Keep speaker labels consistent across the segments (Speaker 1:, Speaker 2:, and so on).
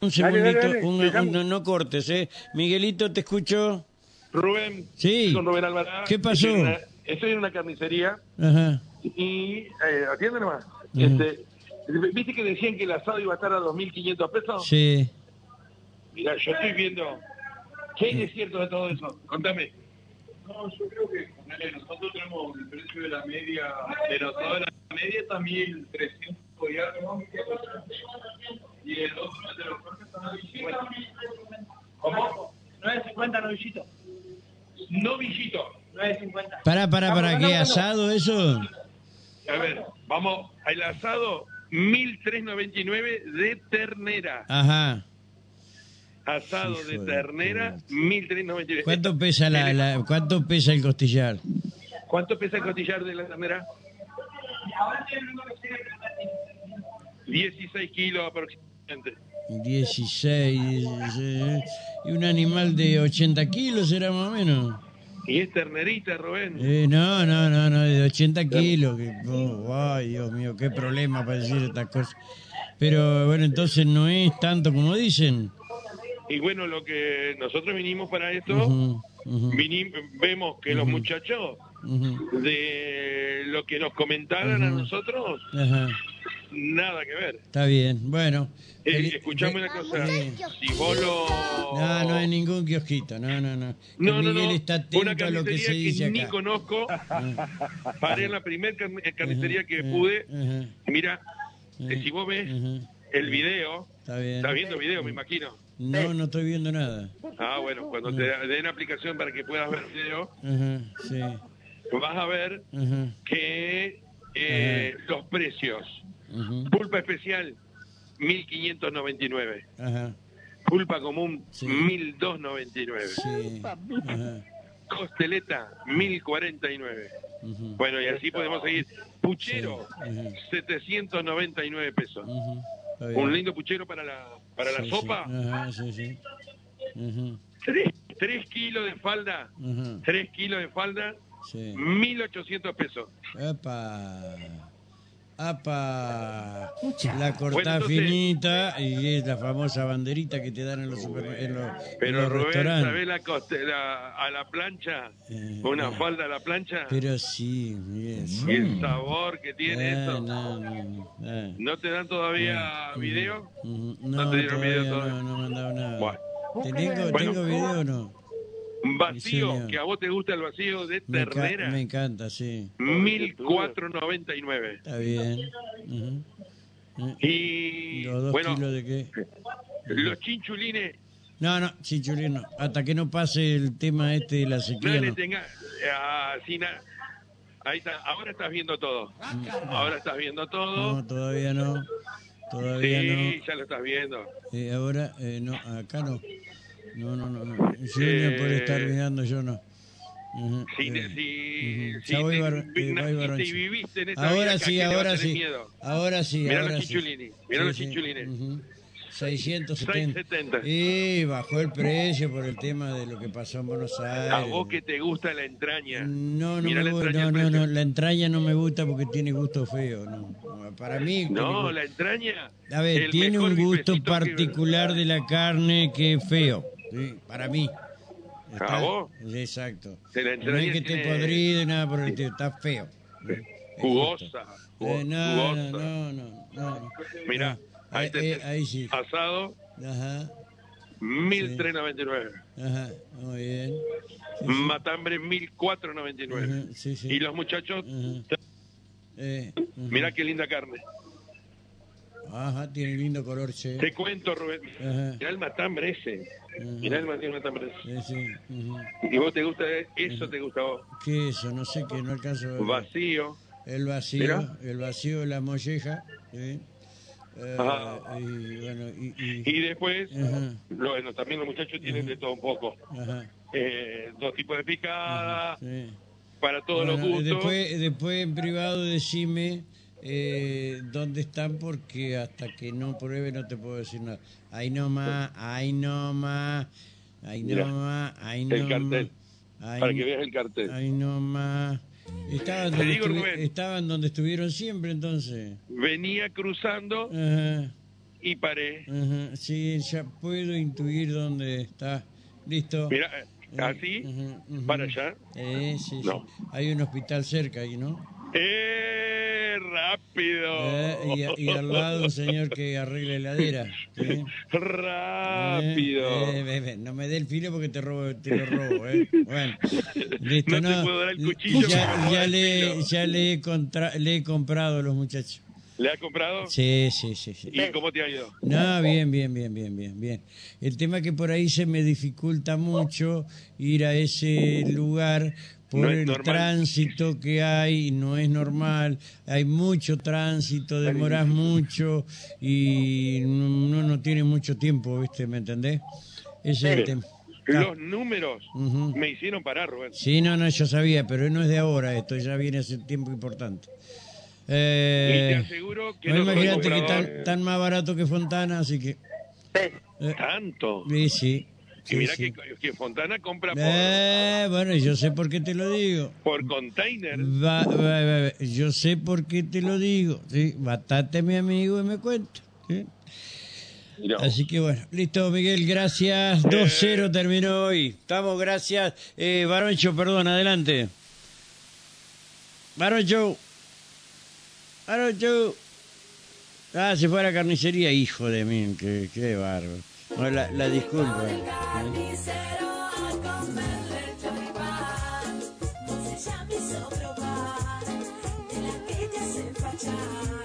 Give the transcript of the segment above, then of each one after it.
Speaker 1: Un
Speaker 2: Dale, dale,
Speaker 1: segundito,
Speaker 2: dale,
Speaker 1: un-
Speaker 2: sigamos.
Speaker 1: un- no cortes, ¿eh? Miguelito, te escucho.
Speaker 2: Rubén,
Speaker 1: Sí.
Speaker 2: con Rubén Alvará.
Speaker 1: ¿Qué pasó?
Speaker 2: Estoy en una, estoy en una carnicería
Speaker 1: Ajá.
Speaker 2: y eh, atiende nomás.
Speaker 1: Ujú.
Speaker 2: Este, ¿Viste que decían que el asado iba a estar a 2.500 pesos?
Speaker 1: Sí.
Speaker 2: Mira, yo estoy viendo. ¿Qué hay de cierto de todo eso? Contame.
Speaker 3: No, yo creo que ponele, nosotros tenemos el precio de la media, pero toda la media está 1300 y algo. Y el otro de los cortes está a 50. ¿Cómo?
Speaker 4: 9.50 novillito,
Speaker 3: Novillito.
Speaker 4: 9.50.
Speaker 1: Pará, pará, pará, ¿qué asado eso?
Speaker 2: A ver, vamos, el asado 1.399 de ternera.
Speaker 1: Ajá.
Speaker 2: Asado de
Speaker 1: Hijo de
Speaker 2: ternera, 1.399.
Speaker 1: ¿Cuánto pesa, la, la- ¿Cuánto pesa el costillar?
Speaker 2: ¿Cuánto pesa el cotillar de la ternera?
Speaker 4: Ahora estoy en el número 6 de
Speaker 2: 16 kilos aproximadamente.
Speaker 1: 16, 16, Y un animal de 80 kilos era más o menos.
Speaker 2: Y es ternerita, Rubén.
Speaker 1: Eh, no, no, no, no, de 80 kilos. que- oh, ay, Dios mío, qué problema para decir estas cosas. Pero bueno, entonces no es tanto como dicen.
Speaker 2: Y bueno, lo que nosotros vinimos para esto,
Speaker 1: Ujú, ujú,
Speaker 2: vinim- vemos que los muchachos,
Speaker 1: ujú,
Speaker 2: de lo que nos comentaron a nosotros,
Speaker 1: Ajá,
Speaker 2: nada que ver.
Speaker 1: está bien, bueno.
Speaker 2: Eh,
Speaker 1: Feli-
Speaker 2: escuchame
Speaker 1: fe-
Speaker 2: una cosa,
Speaker 1: eh,
Speaker 2: si vos lo...
Speaker 1: No, no hay ningún kiosquito, no, no, no. Que
Speaker 2: No, no,
Speaker 1: Miguel
Speaker 2: no,
Speaker 1: está
Speaker 2: una
Speaker 1: atento a
Speaker 2: carnicería
Speaker 1: lo que
Speaker 2: que,
Speaker 1: se dice
Speaker 2: ni
Speaker 1: acá. Ah.
Speaker 2: conozco, paré en la primera carnicería que
Speaker 1: Ajá,
Speaker 2: pude,
Speaker 1: ajá,
Speaker 2: mira, eh,
Speaker 1: ajá,
Speaker 2: si vos ves
Speaker 1: ajá,
Speaker 2: el video,
Speaker 1: Está bien.
Speaker 2: estás viendo Eh. video me imagino,
Speaker 1: No, no estoy viendo nada.
Speaker 2: ah bueno, cuando te den aplicación para que puedas ver el video,
Speaker 1: Ajá, sí.
Speaker 2: vas a ver
Speaker 1: Ajá,
Speaker 2: que eh, los precios.
Speaker 1: ujú,
Speaker 2: Pulpa especial, 1599.
Speaker 1: ajá,
Speaker 2: Pulpa común,
Speaker 1: Sí.
Speaker 2: 1299.
Speaker 1: sí. Ajá,
Speaker 2: Costeleta, 1049.
Speaker 1: ujú,
Speaker 2: Bueno, y así podemos seguir. Puchero,
Speaker 1: ajá,
Speaker 2: 799 pesos.
Speaker 1: ujú, está bien.
Speaker 2: Un lindo puchero para la, para la
Speaker 1: Sí, sí,
Speaker 2: sopa.
Speaker 1: Ajá, sí, sí. Ajá,
Speaker 2: 3, kilos de falda,
Speaker 1: ajá,
Speaker 2: 3 kilos de falda,
Speaker 1: sí.
Speaker 2: 1800 pesos.
Speaker 1: Apa. Apa. La cortá
Speaker 2: Bueno, entonces-
Speaker 1: finita y es la famosa banderita que te dan en los, super- en los, en
Speaker 2: Pero
Speaker 1: los
Speaker 2: Rubén, ¿sabés
Speaker 1: restaurantes.
Speaker 2: la costela a la plancha?
Speaker 1: Eh,
Speaker 2: Una
Speaker 1: eh.
Speaker 2: falda a la plancha.
Speaker 1: Pero mm. sí, Miguel, sí.
Speaker 2: Y el sabor que tiene
Speaker 1: Ah,
Speaker 2: eso.
Speaker 1: no, no, no, ah.
Speaker 2: ¿No te dan todavía video?
Speaker 1: Ujú,
Speaker 2: No
Speaker 1: No,
Speaker 2: te dieron
Speaker 1: todavía
Speaker 2: video
Speaker 1: no,
Speaker 2: todavía.
Speaker 1: no me han dado nada.
Speaker 2: Bueno.
Speaker 1: ¿Tengo,
Speaker 2: Bueno.
Speaker 1: tengo video o no? Sí,
Speaker 2: Vacío,
Speaker 1: señor.
Speaker 2: que a vos te gusta el vacío de
Speaker 1: Me, enca-
Speaker 2: ternera,
Speaker 1: me encanta, sí.
Speaker 2: 1499.
Speaker 1: Está bien. Ujú.
Speaker 2: Y
Speaker 1: ¿Los dos
Speaker 2: bueno,
Speaker 1: kilos de qué?
Speaker 2: los chinchulines,
Speaker 1: No, no, chinchulín no. Hasta que no pase el tema este de la
Speaker 2: no
Speaker 1: sequía.
Speaker 2: le
Speaker 1: no.
Speaker 2: tengas así na- Ahí está, ahora estás viendo todo. Ahora estás viendo todo.
Speaker 1: No, todavía no. Todavía
Speaker 2: Sí,
Speaker 1: no.
Speaker 2: ya lo estás viendo.
Speaker 1: Eh, ahora, eh, no, acá no. No, no, no. no. Yo no puedo estar
Speaker 2: Eh,
Speaker 1: mirando, yo no. Ujú,
Speaker 2: Si,
Speaker 1: eh,
Speaker 2: te- si,
Speaker 1: ujú.
Speaker 2: si
Speaker 1: Ya voy
Speaker 2: te-
Speaker 1: bar- eh, voy
Speaker 2: naciste y
Speaker 1: baroncho.
Speaker 2: viviste en esta vida,
Speaker 1: Ahora
Speaker 2: ¿a
Speaker 1: sí,
Speaker 2: qué le vas a
Speaker 1: ahora
Speaker 2: tener
Speaker 1: sí.
Speaker 2: miedo?
Speaker 1: Ahora sí,
Speaker 2: Mirá los
Speaker 1: ahora sí.
Speaker 2: chinchulines, mirá los chinchulines.
Speaker 1: ujú. 670.
Speaker 2: 670.
Speaker 1: Y bajó el precio por el tema de lo que pasó en Buenos Aires.
Speaker 2: A vos que te gusta la entraña.
Speaker 1: No, no,
Speaker 2: Mirá
Speaker 1: me
Speaker 2: la
Speaker 1: gu-
Speaker 2: entraña
Speaker 1: no,
Speaker 2: al
Speaker 1: no,
Speaker 2: precio.
Speaker 1: no, la entraña no me gusta porque tiene gusto feo. No. Para mí,
Speaker 2: No,
Speaker 1: tiene-
Speaker 2: la entraña.
Speaker 1: a ver,
Speaker 2: el
Speaker 1: tiene
Speaker 2: mejor
Speaker 1: un gusto
Speaker 2: bifecito que-
Speaker 1: particular de la carne que es feo. sí, para mí.
Speaker 2: ¿A vos?
Speaker 1: Exacto.
Speaker 2: De la
Speaker 1: No es
Speaker 2: entraña
Speaker 1: que te
Speaker 2: tiene-
Speaker 1: podrido y nada por el estilo, está feo.
Speaker 2: Jugosa.
Speaker 1: Eh, no,
Speaker 2: jugosa.
Speaker 1: no, no, no, no.
Speaker 2: Mirá,
Speaker 1: Ah,
Speaker 2: ahí,
Speaker 1: eh,
Speaker 2: te-
Speaker 1: eh, ahí sí.
Speaker 2: Asado,
Speaker 1: Ajá,
Speaker 2: 1399.
Speaker 1: ajá, muy bien. Sí, sí.
Speaker 2: Matambre, 1499.
Speaker 1: Ajá, sí, sí.
Speaker 2: Y los muchachos,
Speaker 1: Ajá. Eh, ajá.
Speaker 2: mirá qué linda carne.
Speaker 1: Ajá, tiene lindo color, che.
Speaker 2: Te cuento, Rubén.
Speaker 1: Ajá.
Speaker 2: Mirá el matambre ese. Mirá el ma- el matambre ese.
Speaker 1: Eh, sí, ajá.
Speaker 2: Y vos te gusta, eh, eso te gusta a vos.
Speaker 1: ¿Qué es eso? No sé qué, no alcanzo a ver.
Speaker 2: Vacío.
Speaker 1: El vacío,
Speaker 2: Mirá.
Speaker 1: el vacío de la molleja. ¿sí? Eh,
Speaker 2: Ajá.
Speaker 1: y bueno, y. y-
Speaker 2: Y después,
Speaker 1: Ajá.
Speaker 2: lo- bueno, también los muchachos tienen de todo un poco.
Speaker 1: Ajá,
Speaker 2: Eh, dos tipos de picada,
Speaker 1: sí.
Speaker 2: para todos los
Speaker 1: Bueno,
Speaker 2: gustos.
Speaker 1: Después, después en privado decime eh, dónde están porque hasta que no pruebe no te puedo decir nada. Ahí nomás, ahí nomás, ahí
Speaker 2: Mirá,
Speaker 1: nomás, ahí nomás.
Speaker 2: el cartel,
Speaker 1: ahí-
Speaker 2: para que veas el cartel.
Speaker 1: Ahí nomás. Estaban
Speaker 2: Te
Speaker 1: donde,
Speaker 2: digo,
Speaker 1: estuvi-
Speaker 2: Rubén.
Speaker 1: estaban donde estuvieron siempre entonces.
Speaker 2: Venía cruzando
Speaker 1: Ajá.
Speaker 2: y paré.
Speaker 1: Ajá, Sí, ya puedo intuir dónde está. Listo.
Speaker 2: Mira,
Speaker 1: Eh,
Speaker 2: así,
Speaker 1: ujú, ujú.
Speaker 2: para allá.
Speaker 1: Eh, sí, sí.
Speaker 2: No.
Speaker 1: Hay un hospital cerca ahí, ¿no?
Speaker 2: ¡Eh! ¡Rápido!
Speaker 1: Eh, y, a- y al lado un señor que arregla heladera. ¿sí?
Speaker 2: ¡Rápido!
Speaker 1: Eh, eh, ve, ve, no me dé el filo porque te robo, te lo robo, eh. Bueno, listo,
Speaker 2: No
Speaker 1: no.
Speaker 2: te puedo dar el cuchillo,
Speaker 1: Ya,
Speaker 2: pero no
Speaker 1: ya
Speaker 2: el
Speaker 1: le,
Speaker 2: filo.
Speaker 1: ya le, he contra- le he comprado a los muchachos.
Speaker 2: ¿Le has comprado?
Speaker 1: Sí, sí, sí, sí.
Speaker 2: ¿Y cómo te ha ido?
Speaker 1: No, bien, bien, bien, bien, bien, bien. El tema que por ahí se me dificulta mucho ir a ese lugar por
Speaker 2: No es
Speaker 1: el
Speaker 2: normal.
Speaker 1: tránsito que hay, no es normal, hay mucho tránsito, demoras mucho y uno no tiene mucho tiempo, ¿viste? ¿Me entendés? Ese es el tema. Ah,
Speaker 2: Los números
Speaker 1: Ujú.
Speaker 2: me hicieron parar, Rubén.
Speaker 1: Sí, no, no, yo sabía, pero no es de ahora esto, ya viene hace tiempo importante.
Speaker 2: Y te
Speaker 1: Eh,
Speaker 2: aseguro que
Speaker 1: no
Speaker 2: no eh. soy
Speaker 1: imagínate que
Speaker 2: comprador.
Speaker 1: tan, tan más barato que Fontana, así que... eh,
Speaker 2: Tanto.
Speaker 1: Sí, sí.
Speaker 2: Y mira
Speaker 1: Sí, sí.
Speaker 2: Que, que Fontana compra por,
Speaker 1: Eh, bueno, yo sé por qué te lo digo.
Speaker 2: por container.
Speaker 1: Va- va- va- va, Yo sé por qué te lo digo. ¿sí? Batate, mi amigo, y me cuenta. ¿sí?
Speaker 2: No.
Speaker 1: Así que bueno, listo, Miguel, gracias. 2-0 terminó hoy. Estamos, gracias. Eh, Baroncho, perdón, adelante. Baroncho. Baroncho. Ah, se fue a la carnicería, hijo de mí, qué, qué bárbaro. No, la, la disculpa. ¿eh?
Speaker 5: Carnicero a comer leche mi pan, se llama y soprobar, de la que ya se fachar,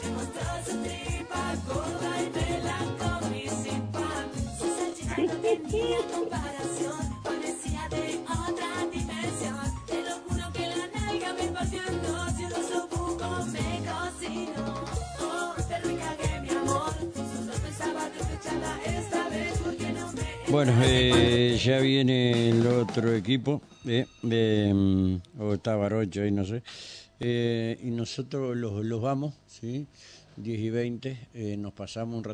Speaker 5: me mostró su tripa gorda y me la comí sin pan, su salchicha no tenía comparación, parecía de otra dimensión, te lo juro que la nalga me partió en dos y un osobuco me cocinó, oh, te recagué mi amor, solo pensaba despecharla esta vez porque no me
Speaker 1: Bueno, eh, ya viene el otro equipo, eh, eh, o está Barocho ahí, no sé. Eh, y nosotros los, los vamos, ¿sí? 10 y 20, eh, nos pasamos un ratito.